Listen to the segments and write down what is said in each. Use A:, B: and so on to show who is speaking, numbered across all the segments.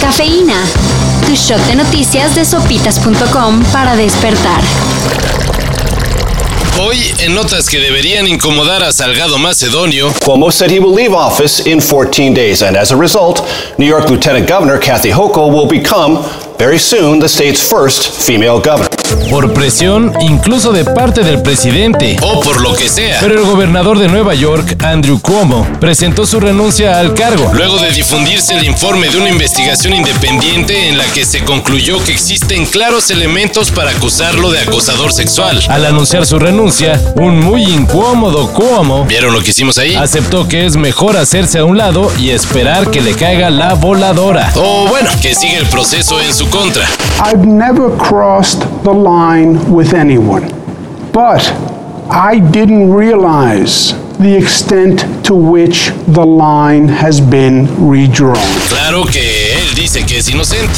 A: Cafeína. Tu shot de noticias de sopitas.com para despertar.
B: Hoy, en notas que deberían incomodar a Salgado Macedonio,
C: Cuomo said he will leave office in 14 days, and as a result, New York Lieutenant Governor Kathy Hochul will become, very soon, the state's first female governor.
D: por presión incluso de parte del presidente.
B: o por lo que sea,
D: Pero el gobernador de Nueva York, Andrew Cuomo, presentó su renuncia al cargo.
B: luego de difundirse el informe de una investigación independiente en la que se concluyó que existen claros elementos para acusarlo de acosador sexual.
D: Al anunciar su renuncia, un muy incómodo Cuomo
B: ¿Vieron lo que hicimos ahí?
D: aceptó que es mejor hacerse a un lado y esperar que le caiga la voladora.
B: O bueno, que sigue el proceso en su contra.
E: I've never crossed the line with anyone, but I didn't realize the extent to which the line has been redrawn.
B: Claro que él dice que es inocente.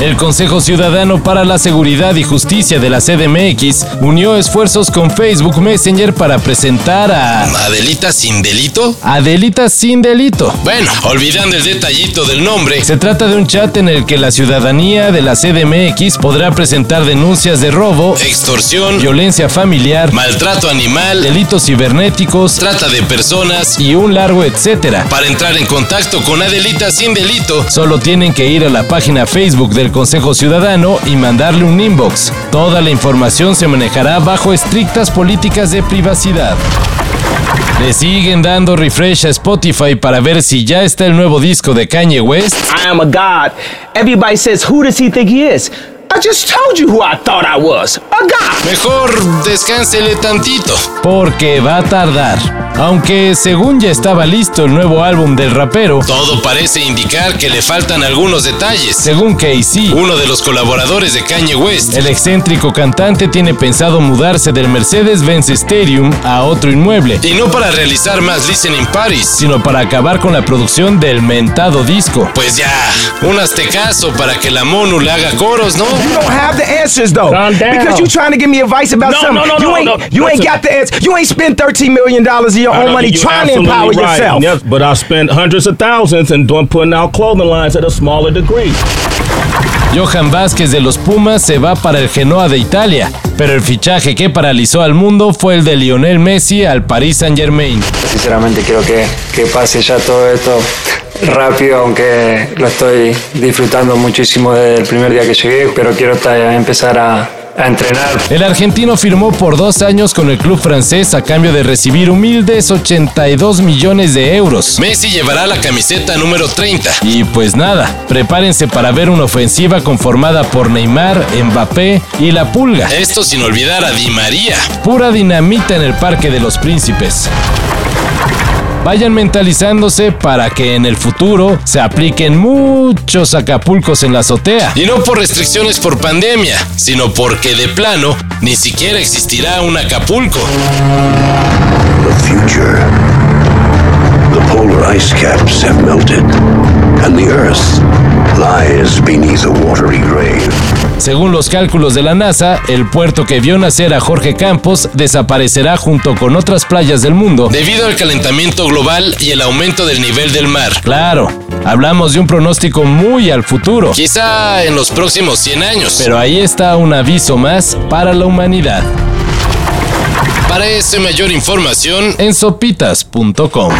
D: El Consejo Ciudadano para la Seguridad y Justicia de la CDMX unió esfuerzos con Facebook Messenger para presentar a
B: ¿Adelita sin delito?
D: Adelita sin delito.
B: Bueno, olvidando el detallito del nombre,
D: Se trata de un chat en el que la ciudadanía de la CDMX podrá presentar denuncias de robo,
B: extorsión,
D: violencia familiar,
B: maltrato animal,
D: delitos cibernéticos
B: trata de personas,
D: y un largo etcétera.
B: Para entrar en contacto con Adelita sin delito,
D: Solo tienen que ir a la página Facebook del Consejo Ciudadano y mandarle un inbox. Toda la información se manejará bajo estrictas políticas de privacidad. Le siguen dando refresh a Spotify para ver si ya está el nuevo disco de Kanye West.
F: I am a god. Everybody says, who does he think he is? I just told you who I thought I was. A god.
B: mejor descánsele tantito.
D: porque va a tardar. Aunque según ya estaba listo el nuevo álbum del rapero,
B: Todo parece indicar que le faltan algunos detalles.
D: según KC,
B: Uno de los colaboradores de Kanye West,
D: el excéntrico cantante tiene pensado mudarse del Mercedes-Benz Stadium a otro inmueble,
B: y no para realizar más Listening Paris,
D: sino para acabar con la producción del mentado disco.
B: pues ya, un aztecaso para que la Monu le haga coros, ¿no?
F: You don't have the answers though.
G: Calm down.
F: Because you trying to give me advice about
G: No,
F: something.
G: no, no,
F: you
G: no,
F: ain't
G: no.
F: you ain't
G: Listen.
F: got the answer. You ain't spent $13 million of your
G: I
F: own
G: know
F: money
G: you're
F: trying to
G: absolutely
F: empower
G: right.
F: yourself.
G: Yes, but I spent hundreds of thousands and doing putting out clothing lines at a smaller degree.
D: Johan Vázquez de los Pumas se va para el Genoa de Italia, pero el fichaje que paralizó al mundo fue el de Lionel Messi al Paris Saint-Germain.
H: Sinceramente quiero que, que pase ya todo esto rápido, aunque lo estoy disfrutando muchísimo desde el primer día que llegué, pero quiero ta- empezar a, a entrenar.
D: El argentino firmó por dos años con el club francés a cambio de recibir humildes 82 millones de euros.
B: Messi llevará la camiseta número 30.
D: Y pues nada, prepárense para ver una ofensiva conformada por Neymar, Mbappé y La Pulga.
B: Esto sin olvidar a Di María.
D: Pura dinamita en el Parque de los Príncipes. Vayan mentalizándose para que en el futuro se apliquen muchos acapulcos en la azotea.
B: Y no por restricciones por pandemia, sino porque de plano ni siquiera existirá un Acapulco.
I: the future. The polar ice caps have melted, and the Earth lies beneath a watery grave.
D: Según los cálculos de la NASA, el puerto que vio nacer a Jorge Campos desaparecerá junto con otras playas del mundo.
B: Debido al calentamiento global y el aumento del nivel del mar,
D: Claro, hablamos de un pronóstico muy al futuro,
B: quizá en los próximos 100 años. Pero
D: pero ahí está un aviso más para la humanidad
B: para esa mayor información,
D: en sopitas.com.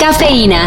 A: Cafeína.